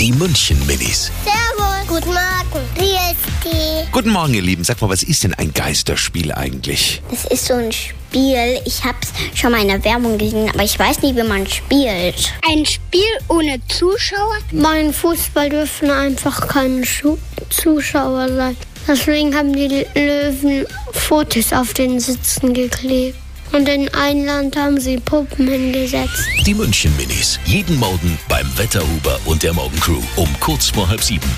Die München-Minis. Servus. Guten Morgen. Wie ist die? Guten Morgen, ihr Lieben. Sag mal, was ist denn ein Geisterspiel eigentlich? Das ist so ein Spiel. Ich hab's schon mal in der Werbung gesehen, aber ich weiß nicht, wie man spielt. Ein Spiel ohne Zuschauer? Beim Fußball dürfen einfach keine Schu Zuschauer sein. Deswegen haben die Löwen Fotos auf den Sitzen geklebt. Und in ein Land haben sie Puppen hingesetzt. Die München-Minis. Jeden Morgen beim Wetterhuber und der Morgencrew um kurz vor halb sieben.